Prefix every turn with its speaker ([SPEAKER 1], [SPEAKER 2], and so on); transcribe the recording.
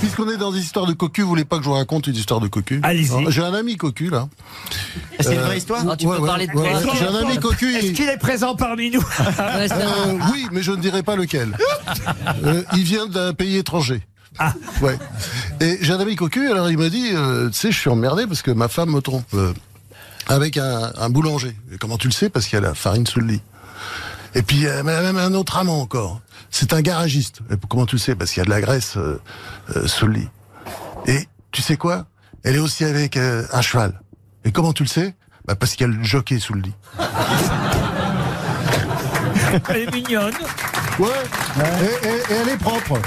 [SPEAKER 1] puisqu'on est dans des histoires de cocu, vous voulez pas que je vous raconte une histoire de cocu
[SPEAKER 2] Allez-y.
[SPEAKER 1] Alors, J'ai un ami cocu, là.
[SPEAKER 3] C'est une
[SPEAKER 1] Euh,
[SPEAKER 3] vraie histoire
[SPEAKER 4] Ah, tu peux parler de toi.
[SPEAKER 1] J'ai un ami cocu.
[SPEAKER 2] Est-ce
[SPEAKER 1] il-
[SPEAKER 2] qu'il est présent parmi nous
[SPEAKER 4] Ouais, c'est un-
[SPEAKER 1] Euh, oui, mais je ne dirai pas lequel. Euh, il vient d'un pays étranger. Ouais. Et j'ai un ami cocu, alors il m'a dit, euh, tu sais, je suis emmerdé parce que ma femme me trompe. euh, avec un, un boulanger. Et comment tu le sais Parce qu'il y a la farine sous le lit. Et puis, euh, même un autre amant encore. C'est un garagiste. Et comment tu le sais Parce qu'il y a de la graisse euh, euh, sous le lit. Et tu sais quoi Elle est aussi avec euh, un cheval. Et comment tu le sais bah Parce qu'il y a le jockey sous le lit.
[SPEAKER 2] Elle est mignonne.
[SPEAKER 1] Ouais. Et, et- et elle est propre.